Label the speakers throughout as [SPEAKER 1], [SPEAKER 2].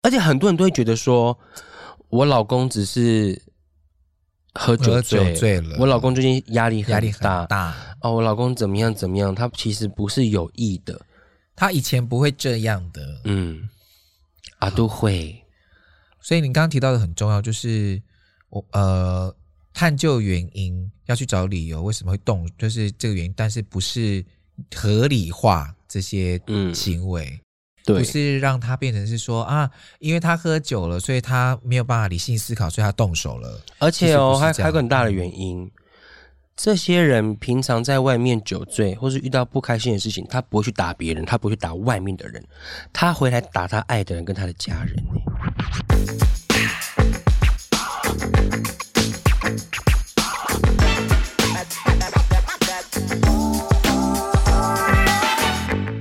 [SPEAKER 1] 而且很多人都会觉得说，我老公只是喝酒
[SPEAKER 2] 喝酒
[SPEAKER 1] 醉
[SPEAKER 2] 醉了
[SPEAKER 1] 我老公最近压力
[SPEAKER 2] 压力很
[SPEAKER 1] 大
[SPEAKER 2] 大。
[SPEAKER 1] 哦，我老公怎么样怎么样，他其实不是有意的，
[SPEAKER 2] 他以前不会这样的，
[SPEAKER 1] 嗯，啊都会，
[SPEAKER 2] 所以你刚刚提到的很重要，就是我呃探究原因，要去找理由，为什么会动，就是这个原因，但是不是合理化这些
[SPEAKER 1] 嗯
[SPEAKER 2] 行为，
[SPEAKER 1] 对
[SPEAKER 2] 不，是让他变成是说啊，因为他喝酒了，所以他没有办法理性思考，所以他动手了。
[SPEAKER 1] 而且哦，
[SPEAKER 2] 其实不是
[SPEAKER 1] 还
[SPEAKER 2] 这
[SPEAKER 1] 还
[SPEAKER 2] 样
[SPEAKER 1] 有个很大的原因，这些人平常在外面酒醉，或是遇到不开心的事情，他不会去打别人，他不会去打外面的人，他回来打他爱的人跟他的家人呢。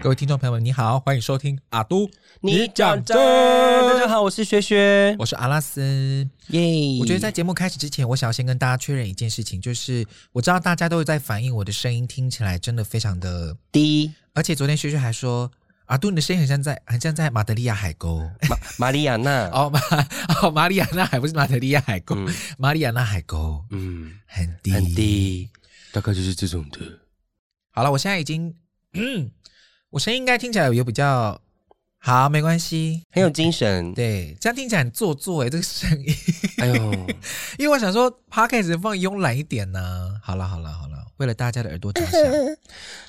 [SPEAKER 2] 各位听众朋友们，你好，欢迎收听阿都，
[SPEAKER 1] 你讲真，大家
[SPEAKER 2] 真，
[SPEAKER 1] 好，我是学学，
[SPEAKER 2] 我是阿拉斯。
[SPEAKER 1] 耶
[SPEAKER 2] 我觉得在节目开始之前，我想要先跟大家确认一件事情，就是我知道大家都有在反映我的声音听起来真的非常的，
[SPEAKER 1] 第一，
[SPEAKER 2] 而且昨天学学还说阿杜你的声音很像在很像在马德里亚海沟
[SPEAKER 1] 玛玛利亚娜，
[SPEAKER 2] 哦马哦马里亚纳海不是马德里亚海沟，
[SPEAKER 1] 嗯
[SPEAKER 2] 马里亚纳海沟
[SPEAKER 1] 嗯，
[SPEAKER 2] 很低
[SPEAKER 1] 很。低，大概就是这种的。
[SPEAKER 2] 好了，我现在已经，嗯，我声音应该听起来有比较好，没关系。
[SPEAKER 1] 很有精神，
[SPEAKER 2] 对，这样听起来很做作哎，这个声音。
[SPEAKER 1] 哎呦，
[SPEAKER 2] 因为我想说 p o d c a s 放慵懒一点呢、好了好了好了，为了大家的耳朵着想，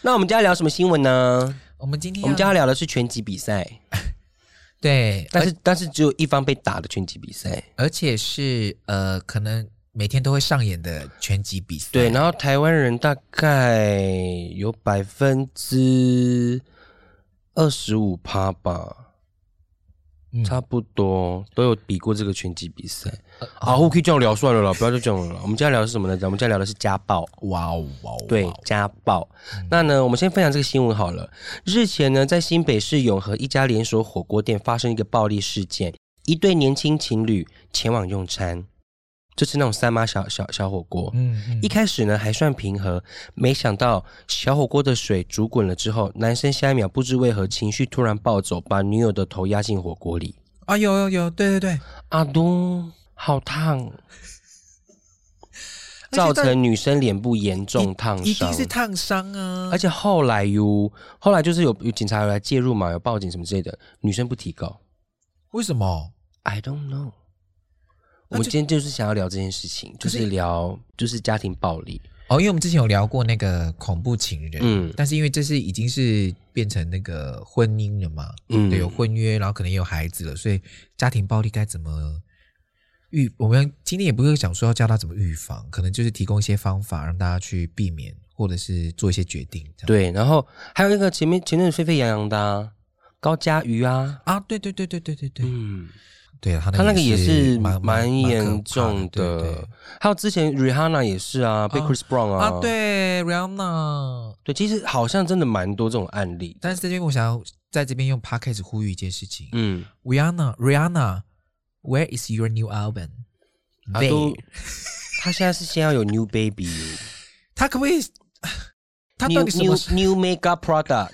[SPEAKER 1] 那我们今天要聊什么新闻呢？
[SPEAKER 2] 我们今天
[SPEAKER 1] 我们今天要聊的是拳击比赛，
[SPEAKER 2] 对，
[SPEAKER 1] 但是但是只有一方被打的拳击比赛。
[SPEAKER 2] 而且是呃，可能每天都会上演的拳击比赛。
[SPEAKER 1] 对，然后台湾人大概有百分之二十五趴吧，
[SPEAKER 2] 嗯
[SPEAKER 1] 差不多都有比过这个拳击比赛。啊，我可以这样聊算了啦，不要再这样了啦。我们今天聊的是什么呢？我们今天聊的是家暴。
[SPEAKER 2] 哇哦哇哦，
[SPEAKER 1] 对
[SPEAKER 2] 哇哦，
[SPEAKER 1] 家暴。那呢，我们先分享这个新闻好了。日前呢，在新北市永和一家连锁火锅店发生一个暴力事件，一对年轻情侣前往用餐，就是那种三妈小小小火锅。
[SPEAKER 2] 嗯嗯
[SPEAKER 1] 一开始呢还算平和，没想到小火锅的水煮滚了之后，男生下一秒不知为何情绪突然暴走，把女友的头压进火锅里。
[SPEAKER 2] 啊有有有，对对对，
[SPEAKER 1] 阿东，好烫，
[SPEAKER 2] 而且到
[SPEAKER 1] 造成女生脸部严重烫伤，
[SPEAKER 2] 一定是烫伤啊，
[SPEAKER 1] 而且后来哟，后来就是有有警察有来介入嘛，有报警什么之类的，女生不提告。
[SPEAKER 2] 为什么？
[SPEAKER 1] I don't know。我
[SPEAKER 2] 那
[SPEAKER 1] 们
[SPEAKER 2] 就
[SPEAKER 1] 今天就是想要聊这件事情，就
[SPEAKER 2] 可是
[SPEAKER 1] 是聊就是家庭暴力。
[SPEAKER 2] 哦，因为我们之前有聊过那个恐怖情人，
[SPEAKER 1] 嗯
[SPEAKER 2] 但是因为这是已经是变成那个婚姻了嘛，
[SPEAKER 1] 嗯
[SPEAKER 2] 对，有婚约，然后可能也有孩子了，所以家庭暴力该怎么预？我们今天也不会想说要教他怎么预防，可能就是提供一些方法让大家去避免，或者是做一些决定。这样
[SPEAKER 1] 对，然后还有一个前面前阵子沸沸扬扬的、啊、高佳瑜啊，
[SPEAKER 2] 啊，对对对对对对对，
[SPEAKER 1] 嗯，
[SPEAKER 2] 对啊他
[SPEAKER 1] 他那个也是
[SPEAKER 2] 蛮
[SPEAKER 1] 蛮严重
[SPEAKER 2] 可怕的对对
[SPEAKER 1] 的。还有之前 Rihanna 也是啊，被
[SPEAKER 2] 啊
[SPEAKER 1] Chris Brown 啊，
[SPEAKER 2] 啊，对 Rihanna，
[SPEAKER 1] 对，其实好像真的蛮多这种案例。
[SPEAKER 2] 但是这边我想要在这边用 Podcast 呼吁一件事情，
[SPEAKER 1] 嗯，
[SPEAKER 2] Rihanna, Rihanna, where is your new album?
[SPEAKER 1] 啊
[SPEAKER 2] Babe
[SPEAKER 1] 都，他现在是先要有 New Baby。
[SPEAKER 2] 他可不可以？ 他到
[SPEAKER 1] new
[SPEAKER 2] 底什么时？
[SPEAKER 1] new new makeup product 、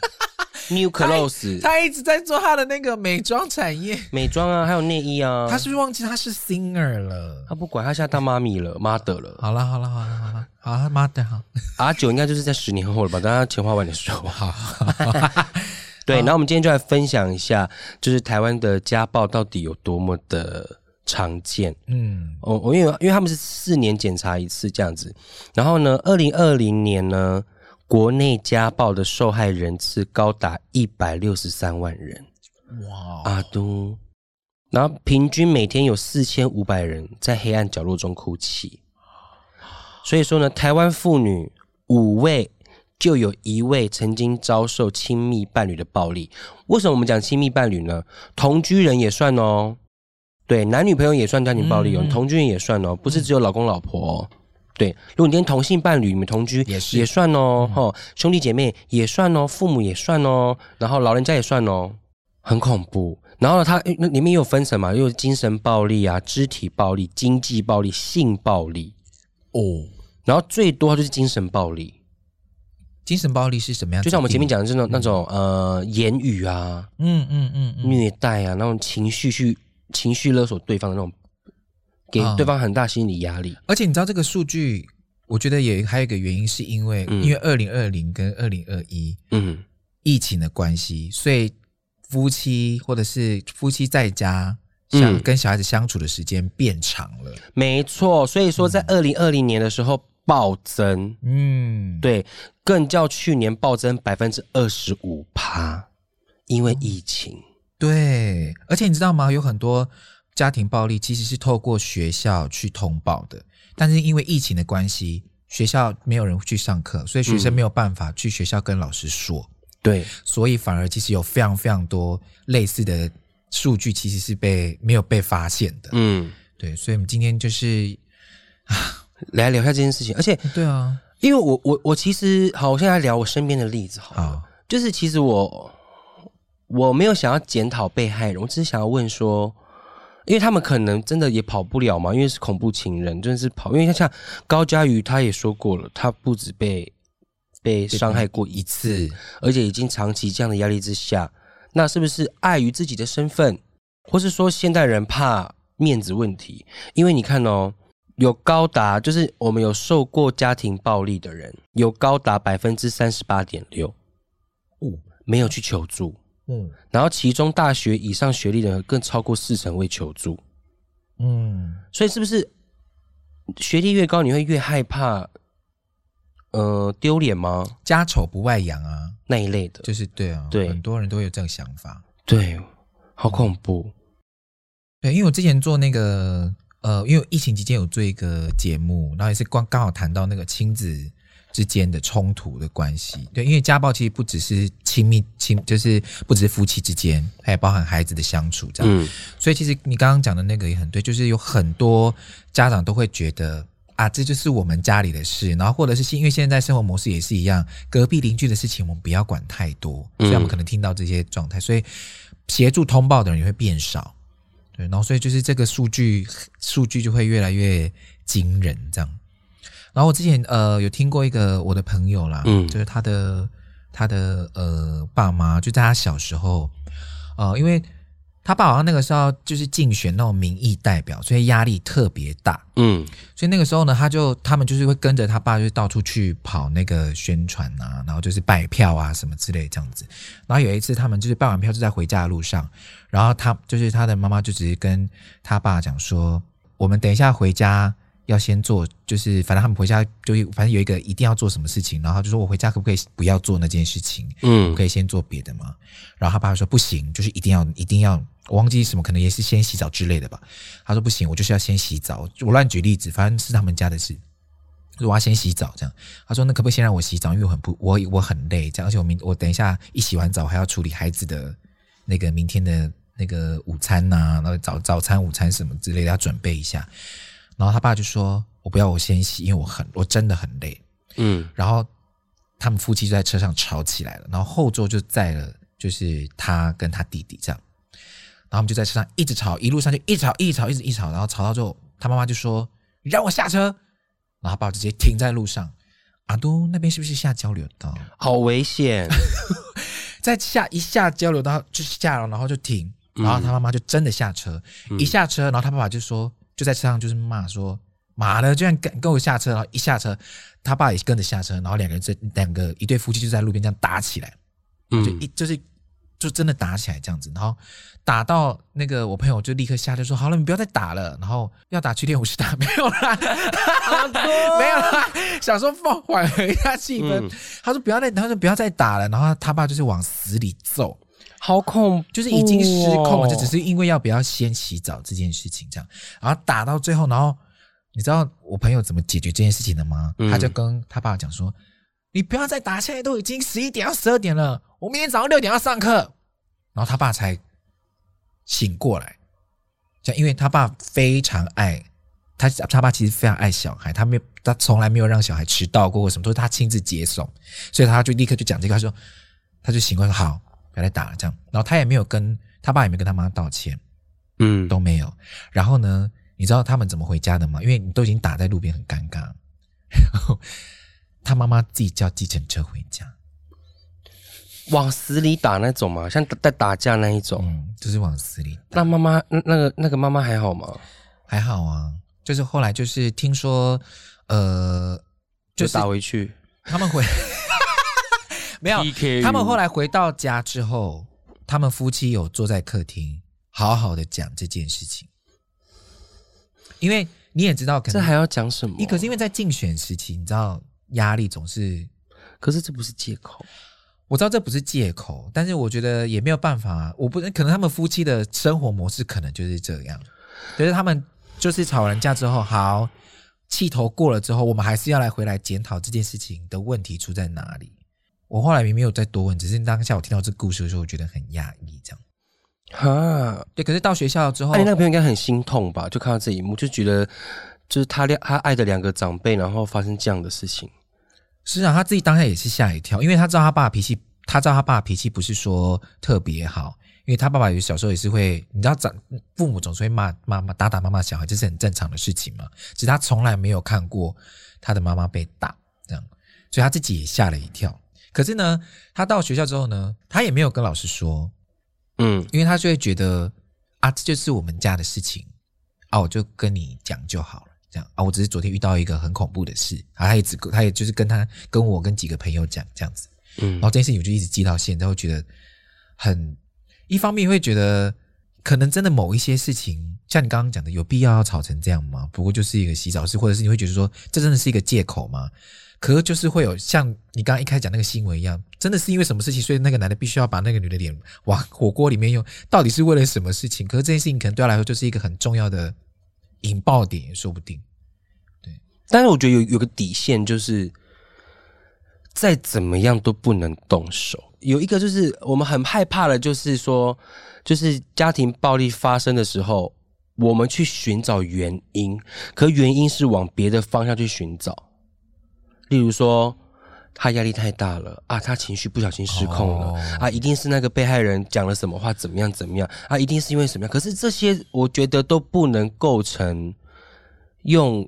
[SPEAKER 1] new clothes、
[SPEAKER 2] 他一直在做他的那个美妆产业，
[SPEAKER 1] 美妆啊，还有内衣啊。
[SPEAKER 2] 他是不是忘记他是 singer 了？
[SPEAKER 1] 他不管，他现在当妈咪了，妈的了。
[SPEAKER 2] 好了好了好了好了，好他妈的好，
[SPEAKER 1] 阿九应该就是在十年后了吧？当 他钱花完的时候。
[SPEAKER 2] 好好
[SPEAKER 1] 对，然后我们今天就来分享一下，就是台湾的家暴到底有多么的常见。
[SPEAKER 2] 嗯
[SPEAKER 1] 哦，我因为因为他们是四年检查一次这样子，然后呢，二零二零年呢，国内家暴的受害人次高达一百六十三万人。
[SPEAKER 2] 嗯哇，哦
[SPEAKER 1] 阿都，啊然后平均每天有四千五百人在黑暗角落中哭泣。所以说呢，台湾妇女五位就有一位曾经遭受亲密伴侣的暴力。为什么我们讲亲密伴侣呢？同居人也算哦，对，男女朋友也算家庭暴力哦，
[SPEAKER 2] 嗯
[SPEAKER 1] 同居人也算哦，不是只有老公老婆哦。对，如果你今天同性伴侣你们同居
[SPEAKER 2] 也是嗯
[SPEAKER 1] 算哦，吼、兄弟姐妹也算哦，父母也算哦，然后老人家也算哦，很恐怖。然后呢，它诶那里面又有分什么？又有精神暴力啊、肢体暴力、经济暴力、性暴力，
[SPEAKER 2] 哦，
[SPEAKER 1] 然后最多就是精神暴力，
[SPEAKER 2] 精神暴力是什么样？
[SPEAKER 1] 就像我们前面，讲的这种那种呃言语啊、
[SPEAKER 2] 嗯嗯嗯嗯嗯，
[SPEAKER 1] 虐待啊、那种情绪去情绪勒索对方的那种，给
[SPEAKER 2] 啊
[SPEAKER 1] 对方很大心理压力。
[SPEAKER 2] 而且你知道这个数据，我觉得也还有一个原因，是因为、
[SPEAKER 1] 嗯
[SPEAKER 2] 因为二零二零跟二零二一
[SPEAKER 1] 嗯，
[SPEAKER 2] 疫情的关系，所以夫妻或者是夫妻在家
[SPEAKER 1] 嗯
[SPEAKER 2] 想跟小孩子相处的时间变长了。
[SPEAKER 1] 没错。所以说，在二零二零年的时候暴增，
[SPEAKER 2] 嗯，
[SPEAKER 1] 对，更较去年暴增百分之二十五趴，因为疫情。
[SPEAKER 2] 对，而且你知道吗？有很多家庭暴力其实是透过学校去通报的，但是因为疫情的关系，学校没有人去上课，所以学生没有办法去学校跟老师说，
[SPEAKER 1] 对，
[SPEAKER 2] 所以反而其实有非常非常多类似的数据其实是被没有被发现的。
[SPEAKER 1] 嗯，
[SPEAKER 2] 对，所以我们今天就是
[SPEAKER 1] 来聊一下这件事情。而且，
[SPEAKER 2] 对啊，
[SPEAKER 1] 因为我我我其实好，我现在来聊我身边的例子好了。
[SPEAKER 2] 好，
[SPEAKER 1] 就是其实我我没有想要检讨被害人，我只是想要问说，因为他们可能真的也跑不了嘛，因为是恐怖情人，真的是跑。因为像像高佳瑜，他也说过了，他不止被被伤害过一次，而且已经长期这样的压力之下，那是不是碍于自己的身份，或是说现代人怕面子问题？因为你看哦。有高达，就是我们有受过家庭暴力的人，有高达百分之三十八点六，
[SPEAKER 2] 哦
[SPEAKER 1] 五没有去求助，
[SPEAKER 2] 嗯
[SPEAKER 1] 然后其中大学以上学历的人更超过四成会求助，
[SPEAKER 2] 嗯，
[SPEAKER 1] 所以是不是学历越高，你会越害怕呃丢脸吗？
[SPEAKER 2] 家丑不外扬啊，
[SPEAKER 1] 那一类的，
[SPEAKER 2] 就是对啊，
[SPEAKER 1] 对
[SPEAKER 2] 很多人都有这种想法。
[SPEAKER 1] 对，好恐怖，
[SPEAKER 2] 对，因为我之前做那个呃，因为疫情期间有做一个节目，然后也是刚刚好谈到那个亲子之间的冲突的关系。对，因为家暴其实不只是亲密亲，就是不只是夫妻之间，还有包含孩子的相处这样。
[SPEAKER 1] 嗯
[SPEAKER 2] 所以其实你刚刚讲的那个也很对，就是有很多家长都会觉得。啊，这就是我们家里的事，然后或者是因为现在生活模式也是一样，隔壁邻居的事情我们不要管太多，所以我们可能听到这些状态，所以协助通报的人也会变少，对，然后所以就是这个数据数据就会越来越惊人这样。然后我之前呃有听过一个我的朋友啦，
[SPEAKER 1] 嗯
[SPEAKER 2] 就是他的他的呃爸妈就在他小时候，呃，因为他爸好像那个时候就是竞选那种民意代表，所以压力特别大，
[SPEAKER 1] 嗯
[SPEAKER 2] 所以那个时候呢，他就他们就是会跟着他爸，就是到处去跑那个宣传啊，然后就是拜票啊什么之类这样子。然后有一次他们就是拜完票就在回家的路上，然后他就是他的妈妈就直接跟他爸讲说：“我们等一下回家要先做，就是反正他们回家就反正有一个一定要做什么事情，然后他就说我回家可不可以不要做那件事情？我
[SPEAKER 1] 嗯
[SPEAKER 2] 可以先做别的吗？然后他爸说不行，就是一定要一定要，我忘记什么，可能也是先洗澡之类的吧。他说不行，我就是要先洗澡。我乱举例子，反正是他们家的事。他说我要先洗澡，这样。他说那可不可以先让我洗澡？因为我很不，我我很累，这样，而且我明我等一下一洗完澡还要处理孩子的那个明天的那个午餐呐、然后早早餐、午餐什么之类的要准备一下。然后他爸就说：“我不要，我先洗，因为我很我真的很累。”
[SPEAKER 1] 嗯
[SPEAKER 2] 然后他们夫妻就在车上吵起来了，然后后座就载了就是他跟他弟弟这样，然后他们就在车上一直吵，一路上就一直吵，一直吵，一直一直吵，然后吵到最后，他妈妈就说：“你让我下车。”然后他爸直接停在路上。阿都那边是不是下交流道？
[SPEAKER 1] 好危险，
[SPEAKER 2] 在下一下交流道就下了，然后就停，然后他妈妈就真的下车，一下车，然后他爸爸就说就在车上就是骂说妈的，居然敢跟我下车，然后一下车，他爸也跟着下车，然后两个人这两个一对夫妻就在路边这样打起来，
[SPEAKER 1] 嗯
[SPEAKER 2] 就一就是就真的打起来这样子，然后打到那个我朋友就立刻下车说好了，你不要再打了，然后要打去练武士打没 有啦， 没有啦，想说放缓和一下气氛，
[SPEAKER 1] 嗯
[SPEAKER 2] 他说不要再，他说不要再打了，然后他爸就是往死里揍，
[SPEAKER 1] 好恐怖，
[SPEAKER 2] 就是已经失控了，就只是因为要不要先洗澡这件事情这样，然后打到最后，然后你知道我朋友怎么解决这件事情的吗？
[SPEAKER 1] 嗯
[SPEAKER 2] 他就跟他爸讲说：“你不要再打，现在都已经十一点要十二点了，我明天早上六点要上课。”然后他爸才醒过来，这样因为他爸非常爱他，他爸其实非常爱小孩，他没有他从来没有让小孩迟到过或什么，都是他亲自接送，所以他就立刻就讲这个，他说他就醒过来说好，不要再打了这样，然后他也没有跟他爸也没有跟他妈道歉，
[SPEAKER 1] 嗯
[SPEAKER 2] 都没有。然后呢，你知道他们怎么回家的吗？因为你都已经打在路边，很尴尬。然后他妈妈自己叫计程车回家，
[SPEAKER 1] 往死里打那种嘛，像打在打架那一种。
[SPEAKER 2] 嗯，就是往死里打
[SPEAKER 1] 那妈妈那那个那个妈妈还好吗？
[SPEAKER 2] 还好啊，就是后来就是听说，呃，
[SPEAKER 1] 就
[SPEAKER 2] 就是
[SPEAKER 1] 打回去。
[SPEAKER 2] 他们回 没有
[SPEAKER 1] PK
[SPEAKER 2] 他们后来回到家之后，他们夫妻有坐在客厅好好的讲这件事情，因为你也知道，可
[SPEAKER 1] 这还
[SPEAKER 2] 能
[SPEAKER 1] 要讲什么？
[SPEAKER 2] 一可是因为在竞选时期，你知道压力总是，
[SPEAKER 1] 可是这不是借口。
[SPEAKER 2] 我知道这不是借口，但是我觉得也没有办法、啊，我不可能他们夫妻的生活模式可能就是这样，就是他们就是吵完架之后，好气头过了之后，我们还是要来回来检讨这件事情的问题出在哪里。我后来也没有再多问，只是当下我听到这故事的时候，我觉得很压抑，这样。
[SPEAKER 1] 哈，
[SPEAKER 2] 对，可是到学校之后，
[SPEAKER 1] 啊那、你那个朋友应该很心痛吧？就看到这一幕，就觉得就是他两他爱的两个长辈，然后发生这样的事情。
[SPEAKER 2] 是啊，他自己当下也是吓一跳，因为他知道他爸脾气，他知道他爸脾气不是说特别好，因为他爸爸有小时候也是会，你知道长父母总是会骂妈妈打打妈妈小孩，这是很正常的事情嘛。只是他从来没有看过他的妈妈被打这样，所以他自己也吓了一跳。可是呢，他到学校之后呢，他也没有跟老师说，
[SPEAKER 1] 嗯，
[SPEAKER 2] 因为他就会觉得啊，这就是我们家的事情啊，我就跟你讲就好了，这样啊，我只是昨天遇到一个很恐怖的事啊，他也只他也就是跟他跟我跟几个朋友讲这样子，
[SPEAKER 1] 嗯
[SPEAKER 2] 然后这件事情我就一直记到现在，会觉得很一方面会觉得可能真的某一些事情，像你刚刚讲的，有必要要吵成这样吗？不过就是一个洗澡事，或者是你会觉得说这真的是一个借口吗？可是就是会有像你刚刚一开始讲那个新闻一样，真的是因为什么事情，所以那个男的必须要把那个女的脸往火锅里面用，到底是为了什么事情？可是这件事情可能对他来说就是一个很重要的引爆点，也说不定。
[SPEAKER 1] 但是我觉得有有个底线，就是再怎么样都不能动手。有一个就是我们很害怕的，就是说，就是家庭暴力发生的时候，我们去寻找原因，可原因是往别的方向去寻找。例如说，他压力太大了啊，他情绪不小心失控了、
[SPEAKER 2] 哦
[SPEAKER 1] 啊，一定是那个被害人讲了什么话，怎么样怎么样啊，一定是因为什么样。可是这些我觉得都不能构成用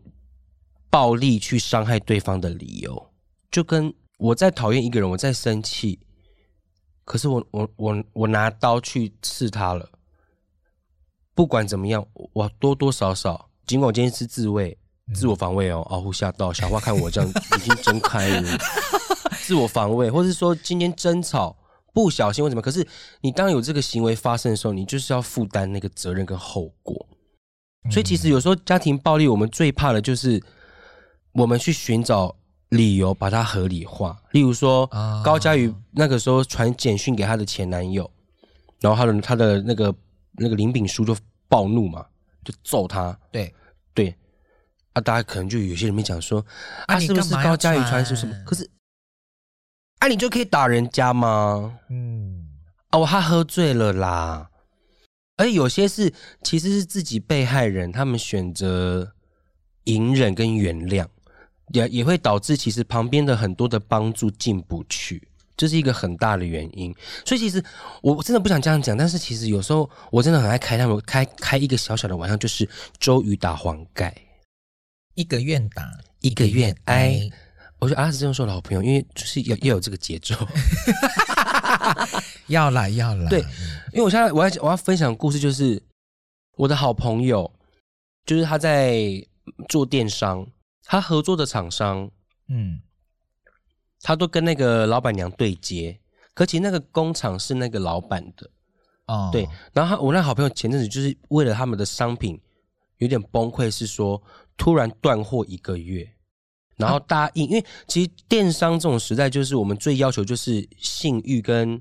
[SPEAKER 1] 暴力去伤害对方的理由，就跟我在讨厌一个人，我在生气，可是我我我我拿刀去刺他了，不管怎么样，我我多多少少，尽管我今天是自卫、自我防卫哦，嗷呼吓到小花看我这样已经睁开了， 自我防卫，或是说今天争吵。不小心或怎么样？可是你当有这个行为发生的时候，你就是要负担那个责任跟后果。所以其实有时候家庭暴力，我们最怕的就是我们去寻找理由把它合理化。例如说
[SPEAKER 2] 啊，
[SPEAKER 1] 高佳瑜那个时候传简讯给她的前男友，然后她的她的那个那个林炳书就暴怒嘛，就揍他。
[SPEAKER 2] 对，
[SPEAKER 1] 对，啊，大家可能就有些人会讲说，
[SPEAKER 2] 啊
[SPEAKER 1] 啊，
[SPEAKER 2] 你
[SPEAKER 1] 是不是
[SPEAKER 2] 干嘛要
[SPEAKER 1] 高佳瑜
[SPEAKER 2] 传
[SPEAKER 1] 传是什么？可是，啊，你就可以打人家吗？
[SPEAKER 2] 嗯，
[SPEAKER 1] 哦，他喝醉了啦。而有些是其实是自己被害人，他们选择隐忍跟原谅，也也会导致其实旁边的很多的帮助进不去，这是一个很大的原因。所以其实我真的不想这样讲，但是其实有时候我真的很爱开他们开开一个小小的玩笑，就是周瑜打黄盖，
[SPEAKER 2] 一个愿打
[SPEAKER 1] 一个愿挨。我觉得阿是这样说的好朋友，因为就是要要有这个节奏。
[SPEAKER 2] 要啦要啦，
[SPEAKER 1] 对
[SPEAKER 2] 嗯
[SPEAKER 1] 因为我现在我要我要分享的故事，就是我的好朋友，就是他在做电商，他合作的厂商，
[SPEAKER 2] 嗯，
[SPEAKER 1] 他都跟那个老板娘对接，可其实那个工厂是那个老板的，
[SPEAKER 2] 哦，
[SPEAKER 1] 对。然后他我那好朋友前阵子就是为了他们的商品有点崩溃，是说突然断货一个月。然后
[SPEAKER 2] 啊
[SPEAKER 1] 答应，因为其实电商这种时代，就是我们最要求就是信誉跟，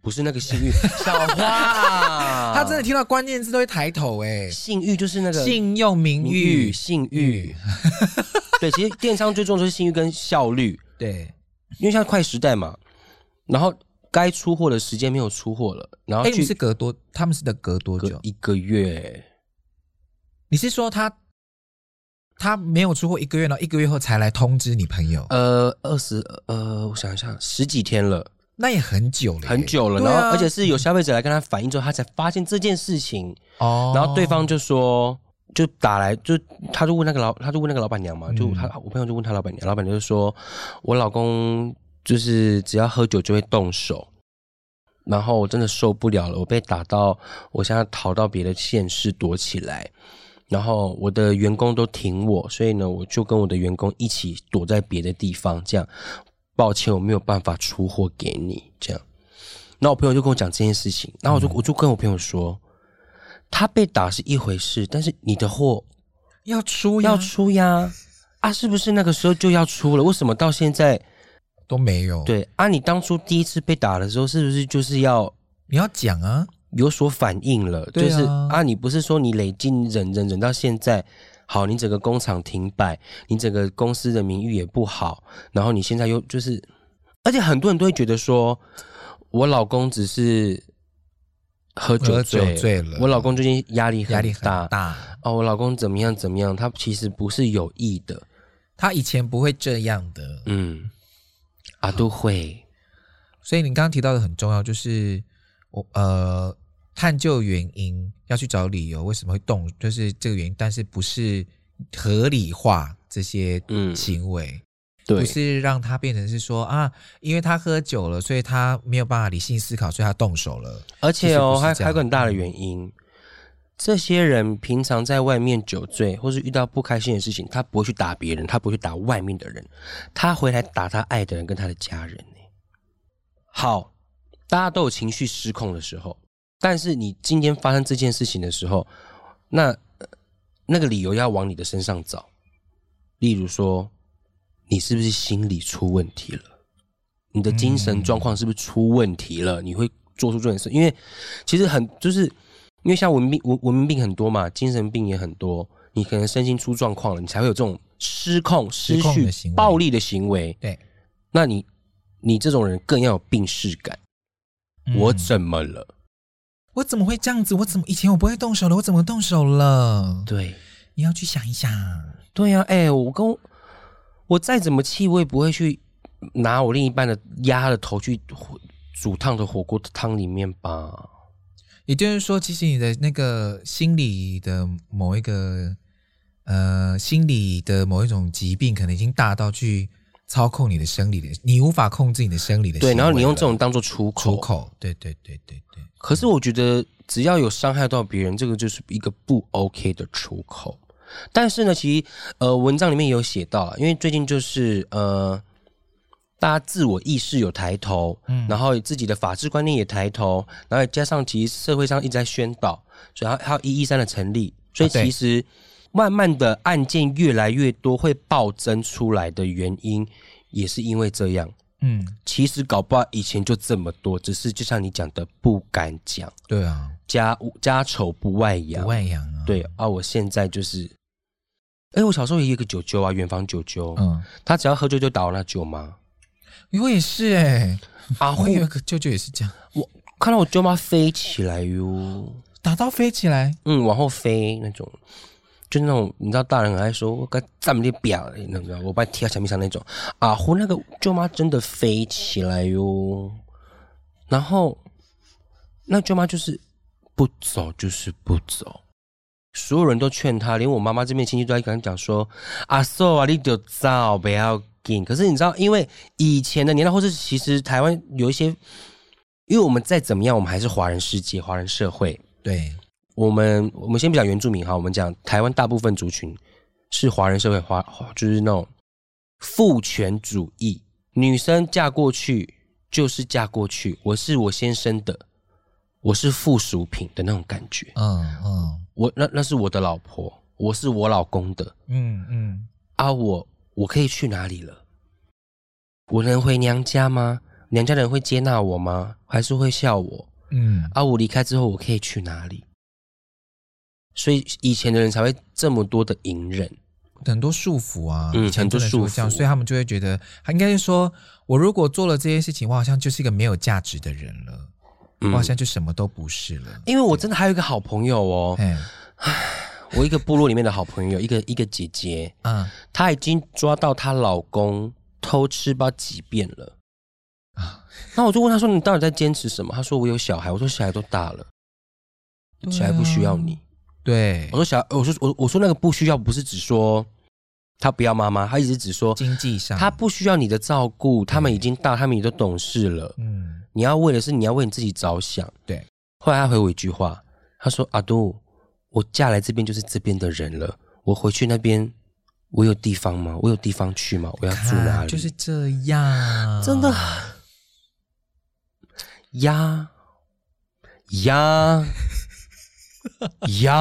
[SPEAKER 1] 不是那个 信誉，小花啊，
[SPEAKER 2] 他真的听到关键字都会抬头哎、
[SPEAKER 1] 信誉就是那个
[SPEAKER 2] 信用、名
[SPEAKER 1] 名
[SPEAKER 2] 誉
[SPEAKER 1] 誉、，信 誉。对，其实电商最重要的是信誉跟效率，
[SPEAKER 2] 对。
[SPEAKER 1] 因为现在快时代嘛，然后该出货的时间没有出货了，然后
[SPEAKER 2] 哎，你
[SPEAKER 1] 去
[SPEAKER 2] 们是隔多，他们是得隔多
[SPEAKER 1] 隔
[SPEAKER 2] 久？
[SPEAKER 1] 一个月，
[SPEAKER 2] 你是说他他没有出货一个月，然后一个月后才来通知你朋友？
[SPEAKER 1] 呃，二十呃，我想一下，十几天了，
[SPEAKER 2] 那也很久了耶，
[SPEAKER 1] 很久了，
[SPEAKER 2] 对啊
[SPEAKER 1] 然后而且是有消费者来跟他反映之后，他才发现这件事情，
[SPEAKER 2] 哦，
[SPEAKER 1] 然后对方就说。就打来，就他就问那个老，他就问那个老板娘嘛，就
[SPEAKER 2] 嗯
[SPEAKER 1] 他我朋友就问他老板娘，老板娘就说，我老公就是只要喝酒就会动手，然后我真的受不了了，我被打到，我现在逃到别的县市躲起来，然后我的员工都挺我，所以呢，我就跟我的员工一起躲在别的地方，这样，抱歉，我没有办法出货给你，这样。然后我朋友就跟我讲这件事情，然后我就、我就跟我朋友说，他被打是一回事，但是你的货
[SPEAKER 2] 要出
[SPEAKER 1] 要
[SPEAKER 2] 要
[SPEAKER 1] 出呀，啊，是不是那个时候就要出了？为什么到现在？
[SPEAKER 2] 都没有，，
[SPEAKER 1] 对啊，你当初第一次被打的时候，是不是就是要
[SPEAKER 2] 你要讲啊，
[SPEAKER 1] 有所反应了？
[SPEAKER 2] 对啊
[SPEAKER 1] 就是啊，你不是说你累积忍忍忍到现在，好，你整个工厂停摆，你整个公司的名誉也不好，然后你现在又就是，而且很多人都会觉得说，我老公只是喝酒
[SPEAKER 2] 喝酒
[SPEAKER 1] 醉
[SPEAKER 2] 醉了
[SPEAKER 1] 我老公最近压力
[SPEAKER 2] 压力
[SPEAKER 1] 很
[SPEAKER 2] 很
[SPEAKER 1] 大
[SPEAKER 2] 大。
[SPEAKER 1] 哦，我老公怎么样怎么样，他其实不是有意的，
[SPEAKER 2] 他以前不会这样的，
[SPEAKER 1] 嗯，啊都会，
[SPEAKER 2] 所以你刚刚提到的很重要，就是我呃探究原因，要去找理由，为什么会动，就是这个原因，但是不是合理化这些
[SPEAKER 1] 嗯
[SPEAKER 2] 行为，
[SPEAKER 1] 对
[SPEAKER 2] 不，是让他变成是说啊，因为他喝酒了，所以他没有办法理性思考，所以他动手了。
[SPEAKER 1] 而且哦，
[SPEAKER 2] 其实不是
[SPEAKER 1] 还
[SPEAKER 2] 这
[SPEAKER 1] 还
[SPEAKER 2] 样
[SPEAKER 1] 有个很大的原因，这些人平常在外面酒醉，或是遇到不开心的事情，他不会去打别人，他不会去打外面的人，他回来打他爱的人跟他的家人呢。好，大家都有情绪失控的时候，但是你今天发生这件事情的时候，那呃那个理由要往你的身上找，例如说，你是不是心理出问题了？你的精
[SPEAKER 2] 嗯
[SPEAKER 1] 神状况是不是出问题了？你会做出这种事？因为其实很就是因为像文明病文文明病很多嘛，精神病也很多，你可能身心出状况了，你才会有这种失控、失
[SPEAKER 2] 失控的
[SPEAKER 1] 序
[SPEAKER 2] 行、为
[SPEAKER 1] 暴力的行为。
[SPEAKER 2] 对，
[SPEAKER 1] 那你你这种人更要有病视感。我
[SPEAKER 2] 嗯
[SPEAKER 1] 怎么了？
[SPEAKER 2] 我怎么会这样子？我怎么以前我不会动手了？我怎么动手了？
[SPEAKER 1] 对
[SPEAKER 2] 你要去想一想。
[SPEAKER 1] 对呀、啊，哎、我跟我我再怎么气，我也不会去拿我另一半的鸭的头去火煮烫的火锅汤里面吧。
[SPEAKER 2] 也就是说，其实你的那个心理的某一个呃心理的某一种疾病，可能已经大到去操控你的生理的，你无法控制你的生理的行
[SPEAKER 1] 对，
[SPEAKER 2] 为了。
[SPEAKER 1] 然后你用这种当做出口。
[SPEAKER 2] 出口，对对对对对，
[SPEAKER 1] 可是我觉得只要有伤害到别人，这个就是一个不 OK 的出口。但是呢，其实呃，文章里面也有写到啊，因为最近就是呃，大家自我意识有抬头，嗯，然后自己的法治观念也抬头，然后加上其实社会上一直在宣导，所以还还有一一三的成立，所以
[SPEAKER 2] 啊对
[SPEAKER 1] 其实慢慢的案件越来越多会暴增出来的原因，也是因为这样。
[SPEAKER 2] 嗯，
[SPEAKER 1] 其实搞不好以前就这么多，只是就像你讲的，不敢讲，
[SPEAKER 2] 对啊，
[SPEAKER 1] 家家丑不外
[SPEAKER 2] 不
[SPEAKER 1] 扬。
[SPEAKER 2] 外扬啊，，
[SPEAKER 1] 对啊，我现在就是，哎，我小时候也有一个舅舅啊，远房舅舅，
[SPEAKER 2] 嗯，
[SPEAKER 1] 他只要喝醉就打我那舅妈，
[SPEAKER 2] 我也是哎、
[SPEAKER 1] 啊，
[SPEAKER 2] 我
[SPEAKER 1] 会
[SPEAKER 2] 有一个舅舅也是这样，
[SPEAKER 1] 我看到我舅妈飞起来哟，
[SPEAKER 2] 打到飞起来，
[SPEAKER 1] 嗯，往后飞那种。就那种，你知道，大人很爱说“我该站不表”那种，我把你踢到墙壁上那种。啊呼，那个舅妈真的飞起来哟。然后那舅妈就是不走，就是不走。所有人都劝她，连我妈妈这边亲戚都在跟她讲说：“阿寿啊，你就走，不要紧。”可是你知道，因为以前的年代，或是其实台湾有一些，因为我们再怎么样，我们还是华人世界、华人社会。
[SPEAKER 2] 对，
[SPEAKER 1] 我们我们先不讲原住民哈，我们讲台湾大部分族群是华人社会华，华就是那种父权主义，女生嫁过去就是嫁过去，我是我先生的，我是附属品的那种感觉，
[SPEAKER 2] 嗯嗯
[SPEAKER 1] 我那那是我的老婆，我是我老公的
[SPEAKER 2] 嗯嗯，
[SPEAKER 1] 啊，我我可以去哪里了？我能回娘家吗？娘家人会接纳我吗？还是会笑我？
[SPEAKER 2] 嗯，
[SPEAKER 1] 啊，我离开之后我可以去哪里？所以以前的人才会这么多的隐忍，
[SPEAKER 2] 很多束缚啊，
[SPEAKER 1] 嗯
[SPEAKER 2] 以前真的是会这样
[SPEAKER 1] 很多束缚
[SPEAKER 2] 所以他们就会觉得，他应该是说，我如果做了这些事情，我好像就是一个没有价值的人了，
[SPEAKER 1] 嗯
[SPEAKER 2] 我好像就什么都不是了。
[SPEAKER 1] 因为我真的还有一个好朋友哦，
[SPEAKER 2] 哎，
[SPEAKER 1] 我一个部落里面的好朋友，一个一个姐姐，
[SPEAKER 2] 啊
[SPEAKER 1] 她已经抓到她老公偷吃不知道几遍了。
[SPEAKER 2] 啊，
[SPEAKER 1] 那我就问她说：“你到底在坚持什么？”她说：“我有小孩。”我说：“小孩都大了，
[SPEAKER 2] 对啊
[SPEAKER 1] 小孩不需要你。
[SPEAKER 2] 对啊
[SPEAKER 1] 哦我，说：“小孩，我说我我说那个不需要，不是指说他不要妈妈，他一直只说
[SPEAKER 2] 经济上，
[SPEAKER 1] 他不需要你的照顾，他们已经大，他们也都懂事了。
[SPEAKER 2] 嗯，
[SPEAKER 1] 你要为的是你要为你自己着想。
[SPEAKER 2] 对，
[SPEAKER 1] 后来他回我一句话，他说：“阿杜，我嫁来这边就是这边的人了，我回去那边，我有地方吗？我有地方去吗？我要住哪
[SPEAKER 2] 看
[SPEAKER 1] 里？”
[SPEAKER 2] 啊就是这样，
[SPEAKER 1] 啊真的呀呀呀，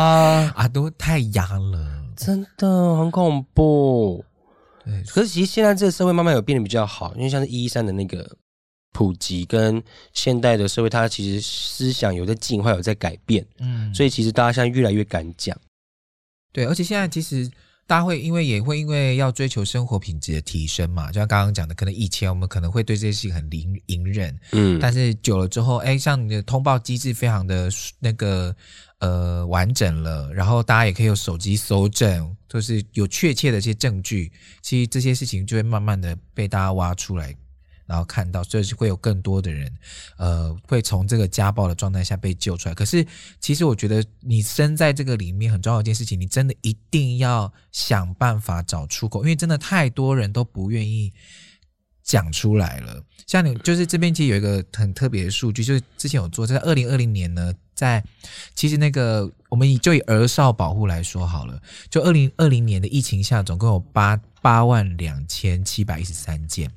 [SPEAKER 2] 啊，都太压了。
[SPEAKER 1] 真的很恐怖。
[SPEAKER 2] 对，
[SPEAKER 1] 可是其实现在这个社会慢慢有变得比较好，因为像是一一三的那个普及跟现代的社会，它其实思想有在进化，有在改变，
[SPEAKER 2] 嗯，
[SPEAKER 1] 所以其实大家现在越来越敢讲。
[SPEAKER 2] 对，而且现在其实大家会因为也会因为要追求生活品质的提升嘛，就像刚刚讲的，可能以前我们可能会对这些事情很隐隐忍，
[SPEAKER 1] 嗯，
[SPEAKER 2] 但是久了之后，哎，像你的通报机制非常的那个呃完整了，然后大家也可以用手机搜证，就是有确切的一些证据，其实这些事情就会慢慢的被大家挖出来。然后看到，所以是会有更多的人，呃，会从这个家暴的状态下被救出来。可是，其实我觉得你身在这个里面很重要的一件事情，你真的一定要想办法找出口，因为真的太多人都不愿意讲出来了。像你就是这边其实有一个很特别的数据，就是之前有做，在二零二零年呢，在其实那个我们以就以儿少保护来说好了，就二零二零年的疫情下，总共有八八万两千七百一十三件，